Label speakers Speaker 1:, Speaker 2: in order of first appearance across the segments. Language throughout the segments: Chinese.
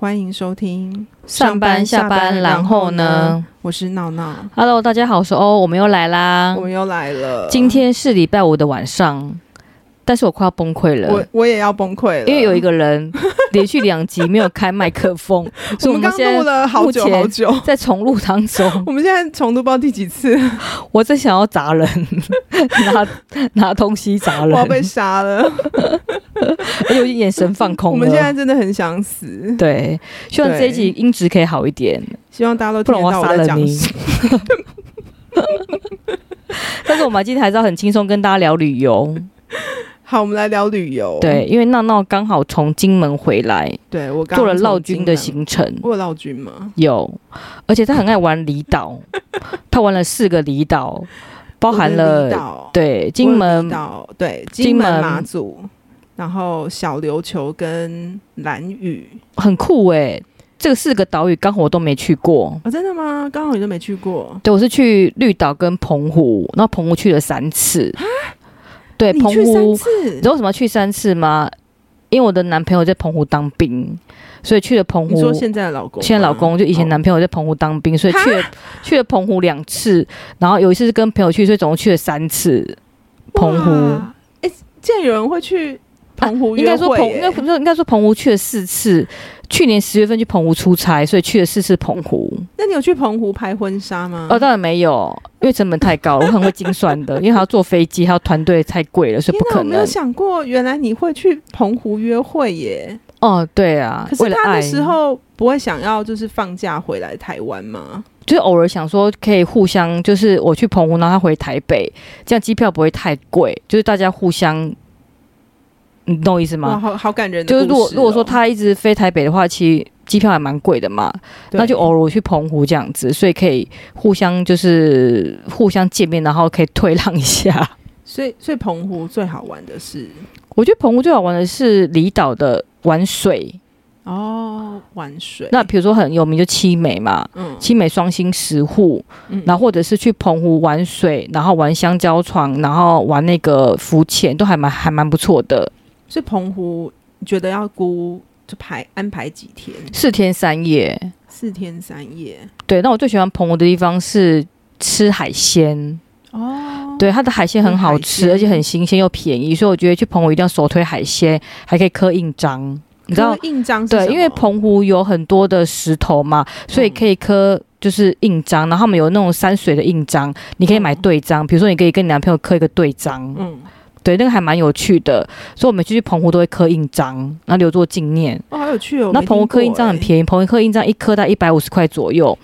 Speaker 1: 欢迎收听
Speaker 2: 上班下班，然后呢？
Speaker 1: 我是闹闹，
Speaker 2: ？Hello，大家好，我是欧，我们又来啦
Speaker 1: 我。们又来了。
Speaker 2: 嗯今天是礼拜五的晚上，但是我快要崩溃
Speaker 1: 我
Speaker 2: 了，
Speaker 1: 我也要崩溃了，
Speaker 2: 呃因为有一
Speaker 1: 个
Speaker 2: 个人 连续两集没有开麦克风， 所以
Speaker 1: 我
Speaker 2: 我
Speaker 1: 们
Speaker 2: 们
Speaker 1: 刚
Speaker 2: 现
Speaker 1: 录
Speaker 2: 在
Speaker 1: 了好久
Speaker 2: 目前
Speaker 1: 好久，
Speaker 2: 在重录当中，
Speaker 1: 我们现在重录不知道第几次，
Speaker 2: 我真想要砸人， 拿拿东西砸
Speaker 1: 我
Speaker 2: 人，哎
Speaker 1: 要 被杀了。
Speaker 2: 而且我已经眼神放空
Speaker 1: 我
Speaker 2: 了。
Speaker 1: 们现在真的很想死，
Speaker 2: 对，希望
Speaker 1: 对
Speaker 2: 这一集音质可以好一点，
Speaker 1: 希望大家都
Speaker 2: 不
Speaker 1: 听
Speaker 2: 然
Speaker 1: 得到
Speaker 2: 我要
Speaker 1: 我
Speaker 2: 杀
Speaker 1: 在
Speaker 2: 了
Speaker 1: 讲
Speaker 2: 你
Speaker 1: 什么。。
Speaker 2: 但是我们今天还是要很轻松跟大家聊旅游，
Speaker 1: 好，我们来聊旅游。
Speaker 2: 对，因为闹闹刚好从金门回来，
Speaker 1: 对，我刚
Speaker 2: 做了
Speaker 1: 从
Speaker 2: 绕
Speaker 1: 金
Speaker 2: 军的
Speaker 1: 门，
Speaker 2: 行程，
Speaker 1: 我有绕军吗？
Speaker 2: 有，而且他很爱玩离岛，他玩了四个离岛，包含
Speaker 1: 我的离
Speaker 2: 了
Speaker 1: 岛，
Speaker 2: 对金
Speaker 1: 我有
Speaker 2: 门
Speaker 1: 离，岛，对，
Speaker 2: 金
Speaker 1: 金门
Speaker 2: 门
Speaker 1: 马祖，然后小琉球跟蓝屿。
Speaker 2: 很酷哎、这四个岛屿刚好我都没去过，
Speaker 1: 哦，真的吗？刚好你都没去过。
Speaker 2: 对我是去绿岛跟澎湖，然后澎湖去了三次，对
Speaker 1: 啊你
Speaker 2: 澎
Speaker 1: 去三
Speaker 2: 湖，
Speaker 1: 次
Speaker 2: 你知，道为什么要去三次吗？因为我的男朋友在澎湖当兵，所以去了澎湖。
Speaker 1: 你说现在的老公吗，
Speaker 2: 现在老公就以前
Speaker 1: 哦
Speaker 2: 男朋友在澎湖当兵，所以去了去了澎湖两次，然后有一次是跟朋友去，所以总共去了三次澎湖。
Speaker 1: 哦
Speaker 2: 啊
Speaker 1: 哇哎，竟然有人会去澎湖
Speaker 2: 应
Speaker 1: 约
Speaker 2: 该说
Speaker 1: 会
Speaker 2: 澎
Speaker 1: 耶，
Speaker 2: 应该说应该说澎湖去了四次，去年十月份去澎湖出差，所以去了四次澎湖。
Speaker 1: 那你有去澎湖拍婚纱吗？
Speaker 2: 哦，当然没有，因为成本太高了，我很会精算的，因为还要坐飞机，还有团队太贵了，所以
Speaker 1: 天
Speaker 2: 不
Speaker 1: 哪，我
Speaker 2: 可
Speaker 1: 没有
Speaker 2: 能。
Speaker 1: 想过，原来你会去澎湖约会耶！
Speaker 2: 哦，对啊
Speaker 1: 可，
Speaker 2: 为
Speaker 1: 是
Speaker 2: 了
Speaker 1: 他那，
Speaker 2: 爱
Speaker 1: 时候不会想要就是放假回来台湾吗？
Speaker 2: 就是偶尔想说可以互相，就是我去澎湖，然后他回台北，这样机票不会太贵，就是大家互相，你懂我意思吗？
Speaker 1: 哇，好好感人的
Speaker 2: 就是
Speaker 1: 故事哦。
Speaker 2: 如果如果说他一直飞台北的话，其实机票还蛮贵的嘛，
Speaker 1: 对，
Speaker 2: 那就哦偶尔我去澎湖这样子，所以可以互相就是互相见面，然后可以退让一下。
Speaker 1: 所以所以澎湖最好玩的是
Speaker 2: 我觉得澎湖最好玩的是离岛的玩水，
Speaker 1: 哦，玩水。
Speaker 2: 那比如说很有名就七美嘛，
Speaker 1: 嗯
Speaker 2: 七美双星石户，
Speaker 1: 嗯
Speaker 2: 然后或者是去澎湖玩水，然后玩香蕉床，然后玩那个浮潜，都还蛮还蛮不错的，
Speaker 1: 所以澎湖你觉得要估就排安排几天？
Speaker 2: 四天三夜。
Speaker 1: 四天三夜
Speaker 2: 对，那我最喜欢澎湖的地方是吃海鲜。
Speaker 1: 哦，
Speaker 2: 对，它的海鲜很好
Speaker 1: 海鲜
Speaker 2: 吃，而且很新鲜又便宜，所以我觉得去澎湖一定要首推海鲜，还可以刻印章，你知道？
Speaker 1: 刻印章是
Speaker 2: 对
Speaker 1: 什，么
Speaker 2: 因为澎湖有很多的石头嘛，所以
Speaker 1: 嗯
Speaker 2: 可以刻就是印章，然后他们有那种山水的印章，你可以买
Speaker 1: 嗯
Speaker 2: 对章，比如说你可以跟你男朋友刻一个对章，
Speaker 1: 嗯，
Speaker 2: 对，那个还蛮有趣的，所以我每次去澎湖都会刻印章，然后留作纪念。
Speaker 1: 哦，好有趣哦。
Speaker 2: 那澎湖刻印章很
Speaker 1: 宜，
Speaker 2: 便宜，澎湖刻印章一颗大概一百五十块左右，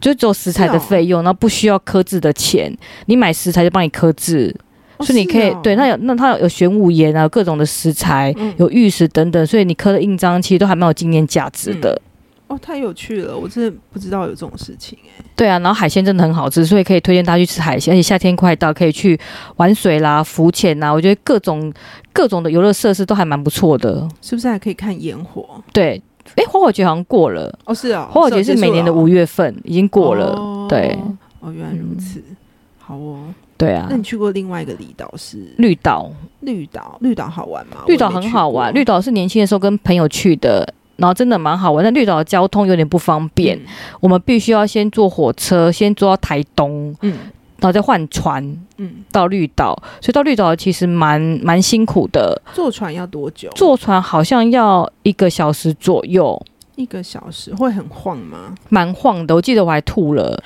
Speaker 2: 就只有食材的
Speaker 1: 是哦
Speaker 2: 费用，然后不需要刻字的钱，你买食材就帮你刻字。
Speaker 1: 哦
Speaker 2: 所以你可以、
Speaker 1: 是哦
Speaker 2: 对那有那它有有玄武岩啊，有各种的食材，
Speaker 1: 嗯
Speaker 2: 有玉石等等，所以你刻的印章其实都还蛮有纪念价值的。
Speaker 1: 哦，太有趣了，我真的不知道有这种事情哎。
Speaker 2: 对啊，然后海鲜真的很好吃，所以可以推荐大家去吃海鲜，而且夏天快到，可以去玩水啦、浮潜啊啦，我觉得各种各种的游乐设施都还蛮不错的。
Speaker 1: 是不是还可以看烟火？
Speaker 2: 对，诶，花火节好像过了，
Speaker 1: 哦，是哦，
Speaker 2: 花火节是每年的五
Speaker 1: 月
Speaker 2: 月份已经过了。对，
Speaker 1: 哦，原来如此。好哦，
Speaker 2: 对啊
Speaker 1: 那，你哦去过另外一个离岛是
Speaker 2: 绿岛，
Speaker 1: 绿岛，绿岛好玩吗？
Speaker 2: 绿岛很好玩，绿岛是年轻的时候跟朋友去的，然后真的蛮好玩，但绿岛的交通有点不方便
Speaker 1: 点。，
Speaker 2: 我们必须要先坐火车，先坐到台东，
Speaker 1: 嗯
Speaker 2: 然后再换船
Speaker 1: 嗯，
Speaker 2: 到绿岛。所以到绿岛其实蛮蛮辛苦的，
Speaker 1: 坐船要多久？
Speaker 2: 坐船好像要一个小时左右，
Speaker 1: 一个小时会很晃吗？
Speaker 2: 蛮晃的。我记得我还吐了。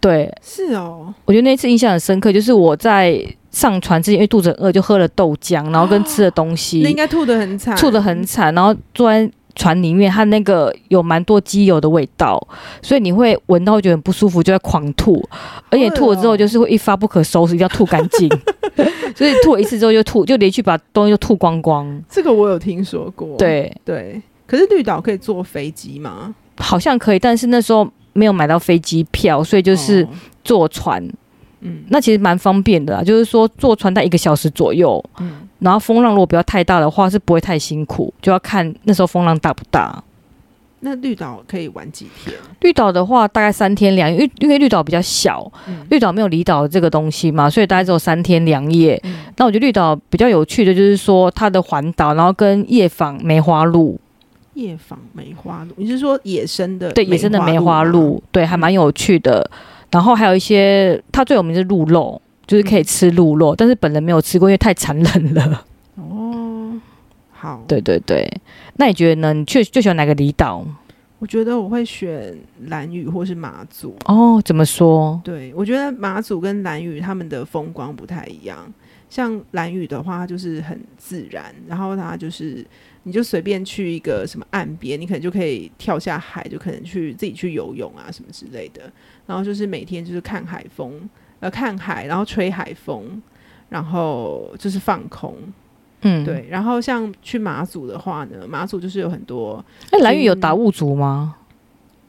Speaker 2: 对，
Speaker 1: 是哦，
Speaker 2: 我觉得那次印象很深刻，就是我在上船之前，因为肚子很饿，就喝了豆浆，然后跟吃的东
Speaker 1: 那应
Speaker 2: 西，
Speaker 1: 该吐得很惨，
Speaker 2: 吐的很惨，然后坐在。船里面它那个有蛮多机油的味道，所以你会闻到会觉得很不舒服，就会狂吐。而且吐了之后就是会一发不可收拾，一定要吐干净。所以吐了一次之后就吐，就连续把东西都吐光光。
Speaker 1: 这个我有听说过，
Speaker 2: 对，
Speaker 1: 对。可是绿岛可以坐飞机吗？
Speaker 2: 好像可以，但是那时候没有买到飞机票，所以就是
Speaker 1: 哦
Speaker 2: 坐船。
Speaker 1: 嗯
Speaker 2: 那其实蛮方便的啦，啊就是说坐船待一个小时左右，
Speaker 1: 嗯，
Speaker 2: 然后风浪如果不要太大的话，是不会太辛苦，就要看那时候风浪大不大。
Speaker 1: 那绿岛可以玩几天？
Speaker 2: 绿岛的话大概三天两夜，因为因为绿岛比较小，
Speaker 1: 嗯
Speaker 2: 绿岛没有离岛这个东西嘛，所以大概只有三天两夜。
Speaker 1: 嗯
Speaker 2: 那我觉得绿岛比较有趣的就是说它的环岛，然后跟夜访梅花鹿，
Speaker 1: 夜访梅花鹿，你是说野生的？
Speaker 2: 对，野生的梅花啊
Speaker 1: 鹿吗。
Speaker 2: 鹿，对，还蛮有趣的。然后还有一些，它最有名是鹿肉，就是可以吃鹿肉，但是本人没有吃过，因为太残忍了。
Speaker 1: 哦，好，
Speaker 2: 对对对，那你觉得呢？你最最喜欢哪个离岛？
Speaker 1: 我觉得我会选兰屿或是马祖。
Speaker 2: 哦，怎么说？
Speaker 1: 对，我觉得马祖跟兰屿他们的风光不太一样。像兰屿的话，它就是很自然，然后它就是你就随便去一个什么岸边，你可能就可以跳下海，就可能去自己去游泳啊什么之类的。然后就是每天就是看海风，呃，看海，然后吹海风，然后就是放空。
Speaker 2: 嗯，。
Speaker 1: 对，然后像去马祖的话呢，马祖就是有很多
Speaker 2: 那哎蓝屿有
Speaker 1: 嗯
Speaker 2: 达悟族吗？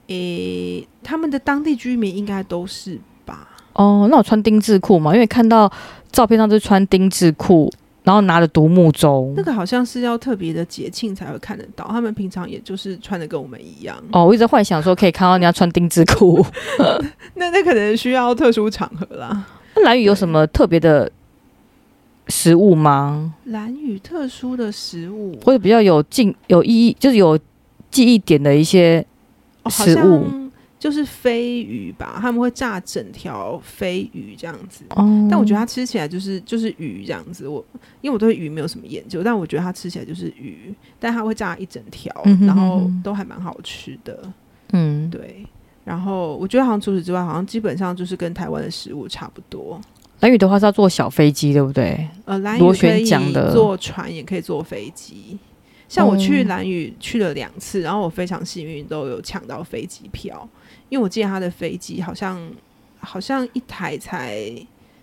Speaker 1: 诶，他们的当地居民应该都是吧？
Speaker 2: 哦，那我穿丁字裤嘛，因为看到照片上都是穿丁字裤，然后拿着独木舟。
Speaker 1: 那个好像是要特别的节庆才会看得到，他们平常也就是穿的跟我们一样。
Speaker 2: 哦，我一直在幻想说可以看到人家穿丁字 裤。
Speaker 1: 那那可能需要特殊场合啦。
Speaker 2: 那蓝屿有什么特别的食物吗？
Speaker 1: 蓝屿特殊的食物，
Speaker 2: 或者比较有进有意义，就是有记忆点的一些
Speaker 1: 哦、好
Speaker 2: 食物
Speaker 1: 像就是飞鱼吧，他们会炸整条飞鱼这样子。
Speaker 2: 哦。
Speaker 1: 但我觉得它吃起来就是就是鱼这样子，我因为我对鱼没有什么研究，但我觉得它吃起来就是鱼，但它会炸一整条，
Speaker 2: 嗯哼
Speaker 1: 然后
Speaker 2: 哼哼
Speaker 1: 都还蛮好吃的。
Speaker 2: 嗯，
Speaker 1: 对，然后我觉得好像除此之外，好像基本上就是跟台湾的食物差不多。
Speaker 2: 蓝屿的话是要坐小飞机，对不对？
Speaker 1: 呃，蓝
Speaker 2: 螺
Speaker 1: 屿可
Speaker 2: 旋
Speaker 1: 以
Speaker 2: 桨的
Speaker 1: 坐船，也可以坐飞机。像我去
Speaker 2: 哦
Speaker 1: 蓝屿去了两次，然后我非常幸运都有抢到飞机票，因为我记得他的飞机好像好像一台才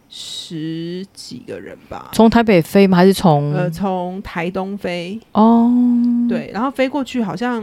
Speaker 1: 十几个人吧。
Speaker 2: 从台北飞吗？还是从、
Speaker 1: 呃，从台东飞，
Speaker 2: 哦？
Speaker 1: 对，然后飞过去好像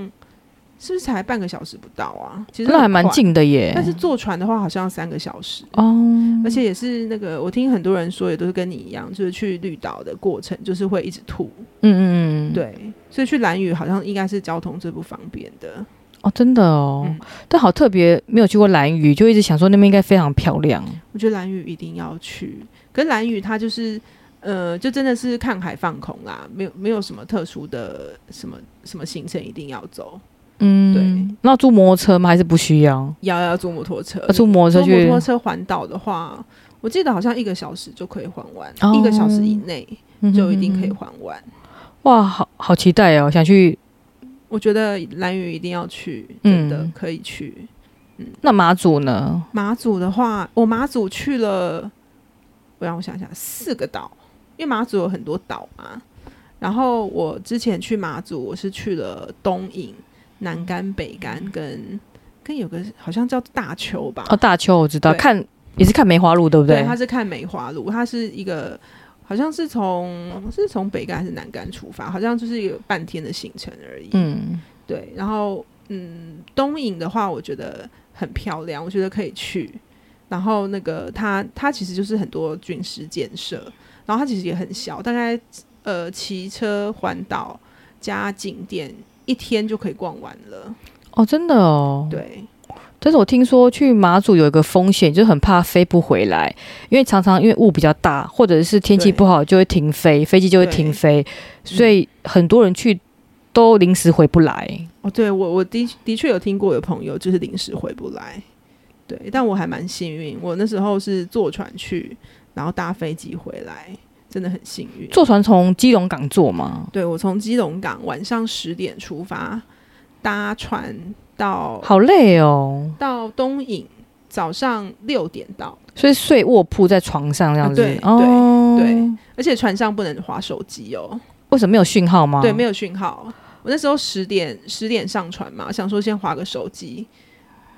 Speaker 1: 是不是才半个小时不到啊？其实
Speaker 2: 那还
Speaker 1: 很
Speaker 2: 蛮
Speaker 1: 快，
Speaker 2: 近的欸耶。
Speaker 1: 但是坐船的话好像要三个小时。
Speaker 2: 哦，
Speaker 1: 而且也是那个，我听很多人说，也都是跟你一样，就是去绿岛的过程，就是会一直吐。
Speaker 2: 嗯嗯嗯，。
Speaker 1: 对，所以去兰屿好像应该是交通最不方便的。
Speaker 2: 哦，真的哦，
Speaker 1: 嗯
Speaker 2: 但好特别，没有去过蓝屿，就一直想说那边应该非常漂亮。
Speaker 1: 我觉得兰屿一定要去，可是兰屿它就是，呃，就真的是看海放空啦，没有没有什么特殊的什么什么行程一定要走，
Speaker 2: 嗯，
Speaker 1: 对。
Speaker 2: 那租摩托车吗？还是不需要？
Speaker 1: 要要坐摩托车
Speaker 2: 要，租摩托车
Speaker 1: 坐摩
Speaker 2: 去
Speaker 1: 托？车环岛的话，我记得好像一个小时就可以环完，
Speaker 2: 哦
Speaker 1: 一个小时以内
Speaker 2: 嗯
Speaker 1: 就一定可以
Speaker 2: 嗯嗯
Speaker 1: 环完。
Speaker 2: 嗯哇，好好期待哦，想去。
Speaker 1: 我觉得兰屿一定要去，真的
Speaker 2: 嗯
Speaker 1: 可以去。
Speaker 2: 那马祖呢？
Speaker 1: 马祖的话，我马祖去了，我让我想想，四个岛，因为马祖有很多岛嘛。然后我之前去马祖，我是去了东引、南竿、北竿跟跟有个好像叫大邱吧，
Speaker 2: 哦，大邱我知道，
Speaker 1: 对
Speaker 2: 看也是看梅花鹿，对不
Speaker 1: 对，
Speaker 2: 对？
Speaker 1: 它是看梅花鹿，它是一个好像是从是从北竿还是南竿出发，好像就是有半天的行程而已。
Speaker 2: 嗯，
Speaker 1: 对，然后嗯，东影的话，我觉得很漂亮，我觉得可以去。然后那个它它其实就是很多军事建设，然后它其实也很小，大概呃骑车环岛加景点一天就可以逛完了。
Speaker 2: 哦，真的哦。
Speaker 1: 对，
Speaker 2: 但是我听说去马祖有一个风险，就是很怕飞不回来，因为常常因为雾比较大，或者是天气
Speaker 1: 对
Speaker 2: 不好就会停飞，飞机就会
Speaker 1: 对
Speaker 2: 停飞，所以很多人去都临时回不来。
Speaker 1: 哦，对我我的的确有听过有朋友就是临时回不来，对，但我还蛮幸运，我那时候是坐船去，然后搭飞机回来，真的很幸运。
Speaker 2: 坐船从基隆港坐嘛，
Speaker 1: 对，我从基隆港晚上十点出发，搭船到
Speaker 2: 好累哦，
Speaker 1: 到东引，早上六点到，
Speaker 2: 所以睡卧铺在床上这样子。
Speaker 1: 啊对
Speaker 2: 哦
Speaker 1: 对对，而且船上不能划手机哦，
Speaker 2: 为什么没有讯号吗？
Speaker 1: 对，没
Speaker 2: 有。
Speaker 1: 有讯号。我那时候十点十点上船嘛，想说先划个手机，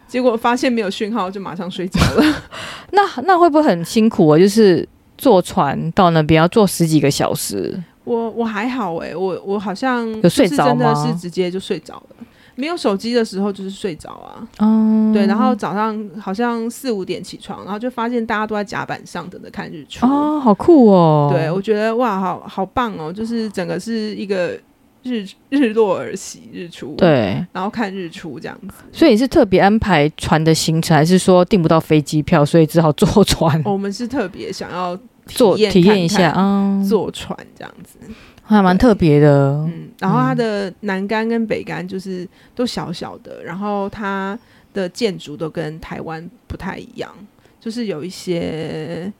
Speaker 1: 结果发现没有讯号，就马上睡觉了。
Speaker 2: 那那会不会很辛苦啊？就是坐船到那边要坐十几个小时，
Speaker 1: 我我还好诶、我我好像
Speaker 2: 有睡
Speaker 1: 就是
Speaker 2: 着
Speaker 1: 真的
Speaker 2: 吗
Speaker 1: 是直接就睡着了。没有手机的时候就是睡着啊，
Speaker 2: 嗯，
Speaker 1: 对，然后早上好像四五点起床，然后就发现大家都在甲板上等着看日出。
Speaker 2: 哦，好酷哦，
Speaker 1: 对，我觉得哇，好好棒哦，就是整个是一个日日落而息，日出，，
Speaker 2: 对。
Speaker 1: 然后看日出这样子。
Speaker 2: 所以你是特别安排船的行程，还是说订不到飞机票，所以只好坐船、
Speaker 1: 哦哦我们是特别想要
Speaker 2: 坐
Speaker 1: 体验
Speaker 2: 体验一
Speaker 1: 看看
Speaker 2: 下啊？嗯
Speaker 1: 坐船这样子，
Speaker 2: 还蛮特别的。
Speaker 1: 嗯，然后它的南干跟北干就是都小小的，然后它的建筑都跟台湾不太一样，就是有一些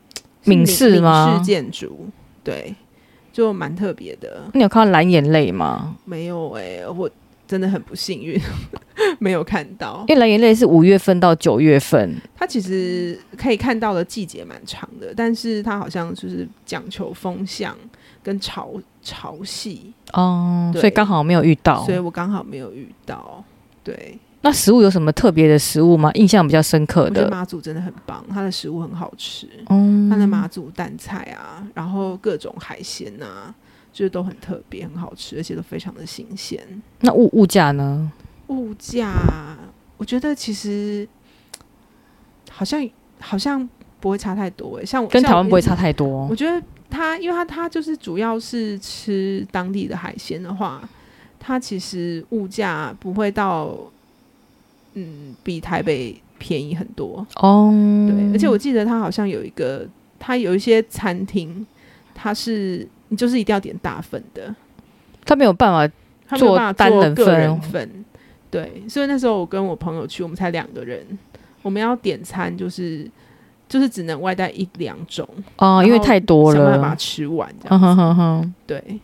Speaker 1: 是
Speaker 2: 闽式吗
Speaker 1: 闽式建筑，对，就蛮特别的。
Speaker 2: 你有看到蓝眼泪吗？
Speaker 1: 没有哎、我真的很不幸运， 没有看到。
Speaker 2: 因为蓝眼泪是五月份到九月份，
Speaker 1: 它其实可以看到的季节蛮长的，但是它好像就是讲求风向跟潮潮汐，
Speaker 2: 哦，
Speaker 1: 对
Speaker 2: 所以刚好没有遇到
Speaker 1: 所。以我刚好没有遇到。对，
Speaker 2: 那食物有什么特别的食物吗？印象比较深刻
Speaker 1: 我觉得
Speaker 2: 的？
Speaker 1: 马祖真的很棒，它的食物很好吃，
Speaker 2: 嗯
Speaker 1: 它的马祖蛋菜啊，然后各种海鲜啊，就是都很特别，很好吃，而且都非常的新鲜。
Speaker 2: 那物物价呢？
Speaker 1: 物价，我觉得其实好像好像不会差太多诶，欸像我
Speaker 2: 跟台湾不会。
Speaker 1: 像我
Speaker 2: 差太多
Speaker 1: 我。觉得它，因为它它就是主要是吃当地的海鲜的话，它其实物价不会到，嗯，比台北便宜很多。
Speaker 2: 哦，
Speaker 1: 对，而且我记得它好像有一个，它有一些餐厅，它是你就是一定要点大份的，
Speaker 2: 他没有办法
Speaker 1: 它没有
Speaker 2: 做
Speaker 1: 办法
Speaker 2: 单
Speaker 1: 做
Speaker 2: 人
Speaker 1: 个
Speaker 2: 份
Speaker 1: 人份。对，所以那时候我跟我朋友去，我们才两个人，我们要点餐就是就是只能外带一两种，
Speaker 2: 哦，因为太多
Speaker 1: 想办法把它
Speaker 2: 了。
Speaker 1: 吃完这样子。
Speaker 2: 嗯哼哼哼，
Speaker 1: 对，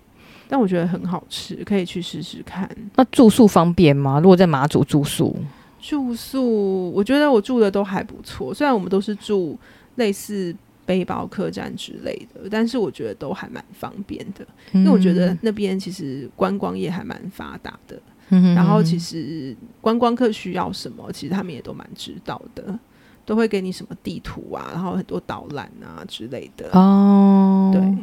Speaker 1: 但我觉得很好吃，可以去试试看。
Speaker 2: 那住宿方便吗？如果在马祖住宿，
Speaker 1: 住宿，我觉得我住的都还不错，虽然我们都是住类似背包客栈之类的，但是我觉得都还蛮方便的，
Speaker 2: 嗯
Speaker 1: 因为我觉得那边其实观光业还蛮发达的，
Speaker 2: 嗯，
Speaker 1: 然后其
Speaker 2: 实
Speaker 1: 实观光客需要什么，其实他们也都蛮知道的。都会给你什么地图啊，然后很多导览啊之类的。
Speaker 2: 哦，
Speaker 1: 对，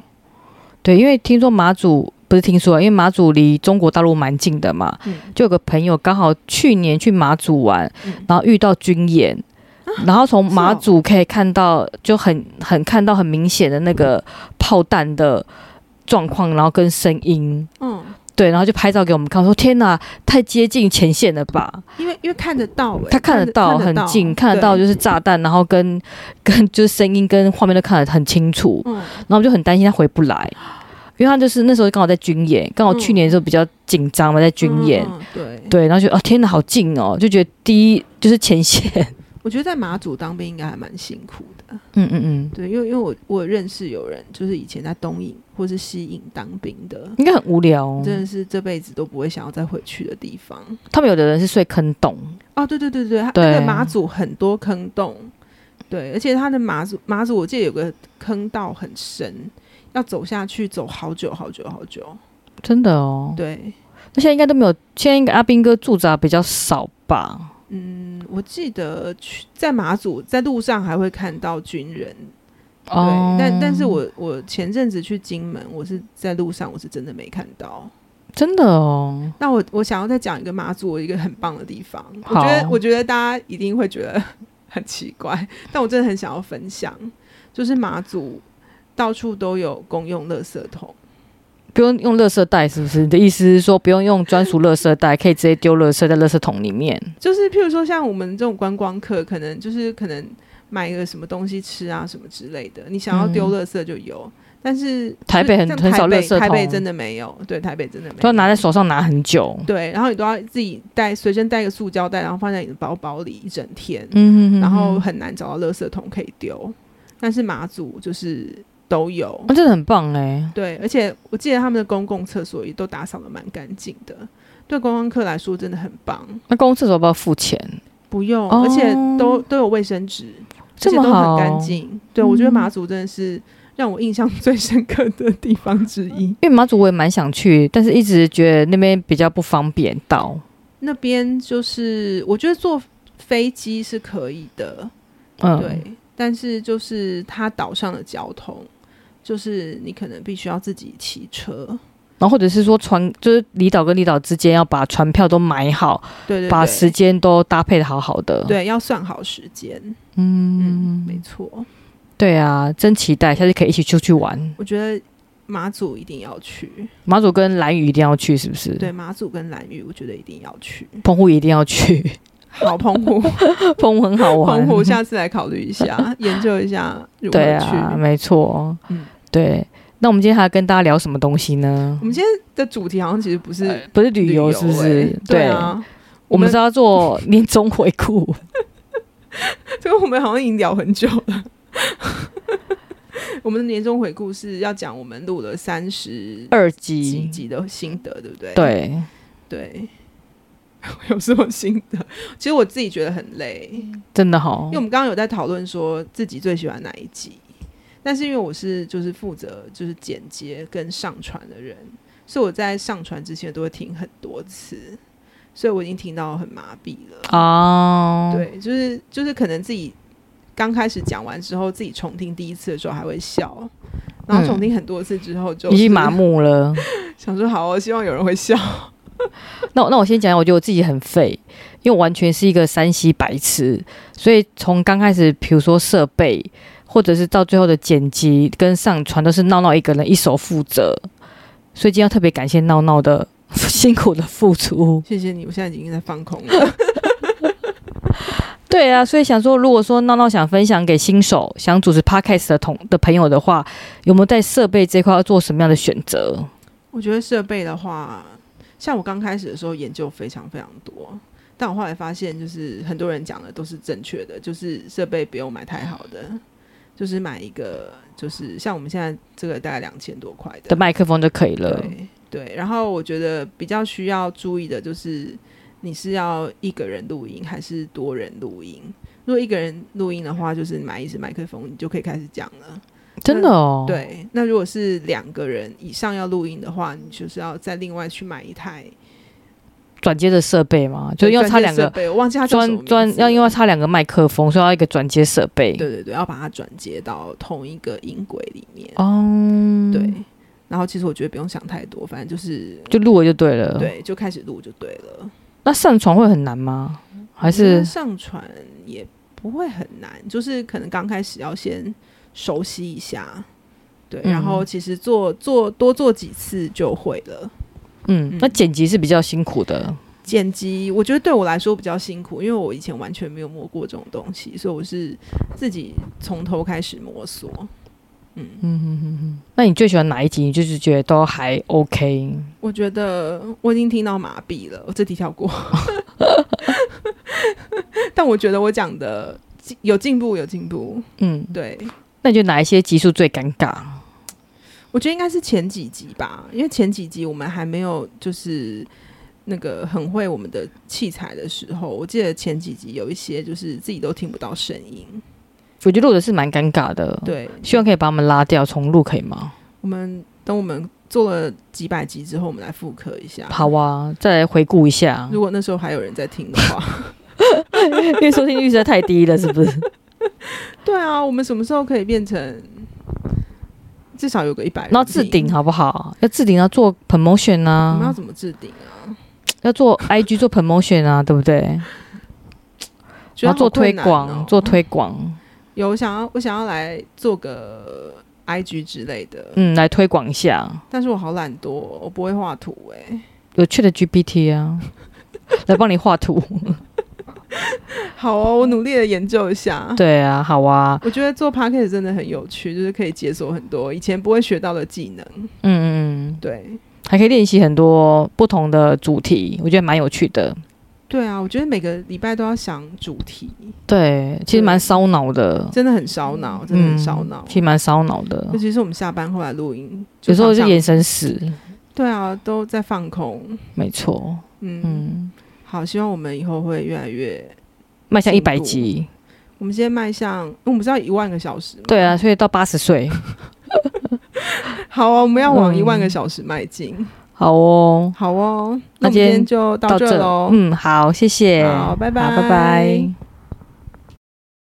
Speaker 2: 对，因为听说马祖不是听说，啊因为马祖离中国大陆蛮近的嘛，
Speaker 1: 嗯，
Speaker 2: 就有个朋友刚好去年去马祖玩，
Speaker 1: 嗯
Speaker 2: 然后遇到军演，然后从
Speaker 1: 是
Speaker 2: 马
Speaker 1: 哦
Speaker 2: 祖可以看到，就很很看到很明显的那个炮弹的状况，然后跟声音。
Speaker 1: 嗯，
Speaker 2: 对，然后就拍照给我们看，我说天哪，太接近前线了吧？
Speaker 1: 因为因为看得到、欸，
Speaker 2: 他看得到很近，看得到
Speaker 1: 对
Speaker 2: 就是炸弹，然后跟 跟就是声音跟画面都看得很清楚，
Speaker 1: 嗯，
Speaker 2: 然后我就很担心他回不来，因为他就是那时候刚好在军演，刚好去年的时候比较紧张嘛，在军演，
Speaker 1: 嗯对，
Speaker 2: 对，然后就啊天哪，好近哦，就觉得第一就是前线，
Speaker 1: 我觉得在马祖当兵应该还蛮辛苦的。
Speaker 2: 嗯嗯嗯，
Speaker 1: 对，因为因为我我认识有人就是以前在东营或是西营当兵的，
Speaker 2: 应该很无聊、哦。
Speaker 1: 真的是这辈子都不会想要再回去的地方。
Speaker 2: 他们有的人是睡坑洞，
Speaker 1: 哦，对对对对，它
Speaker 2: 对
Speaker 1: 那个马祖很多坑洞，对，而且它的马祖马祖我记得有个坑道很深，要走下去走好久好久好久。
Speaker 2: 真的哦。
Speaker 1: 对，
Speaker 2: 那现在应该都没有，现在应该阿兵哥驻扎比较少吧？
Speaker 1: 嗯，我记得去在马祖在路上还会看到军人，
Speaker 2: 哦
Speaker 1: 对，但但是我我前阵子去金门，我是在路上，我是真的没看到。
Speaker 2: 真的哦，
Speaker 1: 那我我想要再讲一个马祖一个很棒的地方，我
Speaker 2: 好
Speaker 1: 觉得我觉得大家一定会觉得很奇怪，但我真的很想要分享，就是马祖到处都有公用垃圾桶，
Speaker 2: 不用用垃圾袋是不是？你的意思是说不用用专属垃圾袋，可以直接丢垃圾在垃圾桶里面？
Speaker 1: 就是譬如说像我们这种观光客，可能就是可能买个什么东西吃啊什么之类的，你想要丢
Speaker 2: 嗯
Speaker 1: 垃圾就有，但是
Speaker 2: 台北很
Speaker 1: 像
Speaker 2: 很
Speaker 1: 台
Speaker 2: 少
Speaker 1: 北
Speaker 2: 垃圾
Speaker 1: 台北
Speaker 2: 桶
Speaker 1: 真的没有，对，台北真的没有，
Speaker 2: 都要拿在手上拿很久。
Speaker 1: 对，然后你都要自己带随身带一个塑胶袋，然后放在你的包包里一整天，
Speaker 2: 嗯
Speaker 1: 然后很难找到垃圾桶可以丢。但是马祖就是都有，
Speaker 2: 那、真的很棒哎、
Speaker 1: 对，而且我记得他们的公共厕所也都打扫的蛮干净的，对观光客来说真的很棒，
Speaker 2: 那公共厕所要不要付钱？
Speaker 1: 不用，
Speaker 2: 哦
Speaker 1: 而且都都有卫生纸，而
Speaker 2: 这
Speaker 1: 且
Speaker 2: 么
Speaker 1: 都
Speaker 2: 好，嗯
Speaker 1: 很干净。对，我觉得马祖真的是让我印象最深刻的地方之 一。
Speaker 2: 因为马祖我也蛮想去，但是一直觉得那边比较不方便到。
Speaker 1: 那边就是我觉得坐飞机是可以的，
Speaker 2: 嗯，
Speaker 1: 对，但是就是它岛上的交通，就是你可能必须要自己骑车，
Speaker 2: 然后或者是说船，就是离岛跟离岛之间要把船票都买好，
Speaker 1: 对对对，
Speaker 2: 把时间都搭配的好好的。
Speaker 1: 对要算好时间，嗯，
Speaker 2: 嗯，
Speaker 1: 没错，
Speaker 2: 对啊，真期待下次可以一起出去玩。
Speaker 1: 我觉得马祖一定要去，
Speaker 2: 马祖跟蓝屿一定要去，是不是？，
Speaker 1: 对，马祖跟兰屿我觉得一定要 去，
Speaker 2: 澎湖一定要去，
Speaker 1: 好，澎湖，
Speaker 2: 澎湖很好玩。
Speaker 1: 澎湖 下次来考虑一下，研究一下如何
Speaker 2: 对啊
Speaker 1: 去，
Speaker 2: 啊，没错。
Speaker 1: 嗯
Speaker 2: 对，那我们今天还要跟大家聊什么东西呢
Speaker 1: 我？们今天的主题好像其实不是
Speaker 2: 不是旅
Speaker 1: 游
Speaker 2: 游，是不是？
Speaker 1: 欸对啊，
Speaker 2: 我们
Speaker 1: 我们
Speaker 2: 是要做年终回顾，
Speaker 1: 这个我们好像已经聊很久了。 我们的年终回顾是要讲我们录了三十
Speaker 2: 二
Speaker 1: 几
Speaker 2: 集，
Speaker 1: 集的心得，对不对？
Speaker 2: 嗯对，
Speaker 1: 对， 有什么心得？其实我自己觉得很累，
Speaker 2: 真的好
Speaker 1: 因为我，们刚刚有在讨论说自己最喜欢哪一集，但是因为我是就是负责就是剪接跟上传的人，所以我在上传之前都会听很多次，所以我已经听到很麻痹了。
Speaker 2: 啊，
Speaker 1: 对，就是就是可能自己刚开始讲完之后，自己重听第一次的时候还会笑，然后重听很多次之后就
Speaker 2: 嗯已
Speaker 1: 是
Speaker 2: 经麻，木了。
Speaker 1: 想说好、哦，希望有人会笑。
Speaker 2: 那我那我先讲，我觉得我自己很废，因为我完全是一个山西白痴，所以从刚开始，比如说设备，或者是到最后的剪辑跟上传，都是闹闹一个人一手负责，所以今天要特别感谢闹闹的 辛苦的付出。
Speaker 1: 谢谢你，我现在已经在放空 了。
Speaker 2: 对啊，所以想说，如果说闹闹想分享给新手想主持 podcast 的同的朋友的话，有没有在设备这块要做什么样的选择？
Speaker 1: 我觉得设备的话，像我刚开始的时候研究非常非常多，但我后来发现，就是很多人讲的都是正确的，就是设备不用买太好的，就是买一个就是像我们现在这个大概两千多块
Speaker 2: 的麦克风就可以了。
Speaker 1: 对对，然后我觉得比较需要注意的就是，你是要一个人录音还是多人录音？如果一个人录音的话，就是买一支麦克风，你就可以开始讲了。
Speaker 2: 真的哦，，
Speaker 1: 对，那如果是两个人以上要录音的话，你就是要再另外去买一台，
Speaker 2: 转接的设备嘛，就要
Speaker 1: 专
Speaker 2: 插
Speaker 1: 业
Speaker 2: 两
Speaker 1: 设
Speaker 2: 个
Speaker 1: 备，我忘记它叫什么
Speaker 2: 专
Speaker 1: 名
Speaker 2: 专
Speaker 1: 字
Speaker 2: 要
Speaker 1: 了
Speaker 2: 因为插两个麦克风，所以要一个转接设备。
Speaker 1: 对对对，要把它转接到同一个音轨里面。
Speaker 2: 哦，
Speaker 1: 对，，然后其实我觉得不用想太多，反正就是
Speaker 2: 就录了就对了。，
Speaker 1: 对，就开始录就对了。
Speaker 2: 那上传会很难吗？还
Speaker 1: 我觉得
Speaker 2: 是
Speaker 1: 上传也不会很难，就是可能刚开始要先熟悉一下，对，
Speaker 2: 嗯
Speaker 1: 然后其实做做多做几次就会了。
Speaker 2: 嗯
Speaker 1: 嗯，
Speaker 2: 那剪辑是比较辛苦的。
Speaker 1: 剪辑我觉得对我来说比较辛苦，因为我以前完全没有摸过这种东西，所以我是自己从头开始摸索。
Speaker 2: 那你最喜欢哪一集？你就是觉得都还 OK。
Speaker 1: 我觉得我已经听到麻痹了，我这题跳过。但我觉得我讲的有进步，有进步。
Speaker 2: 嗯，
Speaker 1: 对，
Speaker 2: 那你觉得哪一些集数最尴尬？
Speaker 1: 我觉得应该是前几集吧，因为前几集我们还没有就是那个很会我们的器材的时候，我记得前几集有一些就是自己都听不到声音。
Speaker 2: 我觉得录的是蛮尴尬的。，
Speaker 1: 对，
Speaker 2: 希望可以把我们拉掉重录，可以吗？
Speaker 1: 我们等我们做了几百集之后，我们来复刻一下。
Speaker 2: 好啊，再来回顾 一下。
Speaker 1: 如果那时候还有人在听的 话，
Speaker 2: 因为收听率实在太低了，是不是？
Speaker 1: 对啊，我们什么时候可以变成至少有个一百？
Speaker 2: 然后置顶，好不好？要置顶要做 promotion
Speaker 1: 我
Speaker 2: 啊。
Speaker 1: 们要怎么置顶啊？
Speaker 2: 要做 IG 做 promotion 啊，对不对？
Speaker 1: 觉
Speaker 2: 然
Speaker 1: 得
Speaker 2: 后做
Speaker 1: 好
Speaker 2: 推
Speaker 1: 困难哦
Speaker 2: 广，做推广，
Speaker 1: 有我想要我想要来做个 IG 之类的，
Speaker 2: 嗯，来推广一下。
Speaker 1: 但是我好懒惰哦，我不会画图哎、
Speaker 2: 有趣的 GPT 啊， 来帮你画图。
Speaker 1: 好哦，我努力的研究一下。
Speaker 2: 对啊，好啊，
Speaker 1: 我觉得做 podcast 真的很有趣，就是可以解锁很多以前不会学到的技能。
Speaker 2: 嗯嗯嗯，
Speaker 1: 对，
Speaker 2: 还可以练习很多不同的主题，我觉得蛮有趣的。
Speaker 1: 对啊，我觉得每个礼拜都要想主题，
Speaker 2: 对，其实蛮烧脑的，
Speaker 1: 真的很烧脑，真的很烧脑
Speaker 2: 嗯。其实蛮烧脑的
Speaker 1: 尤。其是我们下班后来录音，
Speaker 2: 有时候
Speaker 1: 常
Speaker 2: 就
Speaker 1: 常
Speaker 2: 眼神死，
Speaker 1: 对啊，都在放空。
Speaker 2: 没错，
Speaker 1: 嗯，
Speaker 2: 嗯，
Speaker 1: 好，希望我们以后会越来越。
Speaker 2: 迈向一
Speaker 1: 进步
Speaker 2: 百集，
Speaker 1: 我们今天迈向，因为我们不是要一万个小时吗？
Speaker 2: 对啊，，所以到八十岁，
Speaker 1: 好哦，我们要往
Speaker 2: 嗯
Speaker 1: 一万个小时迈进。
Speaker 2: 好哦。
Speaker 1: 好哦，那
Speaker 2: 那
Speaker 1: 我们今
Speaker 2: 今天
Speaker 1: 天就到这喽。
Speaker 2: 嗯，好，谢谢，
Speaker 1: 好拜拜
Speaker 2: 好拜拜。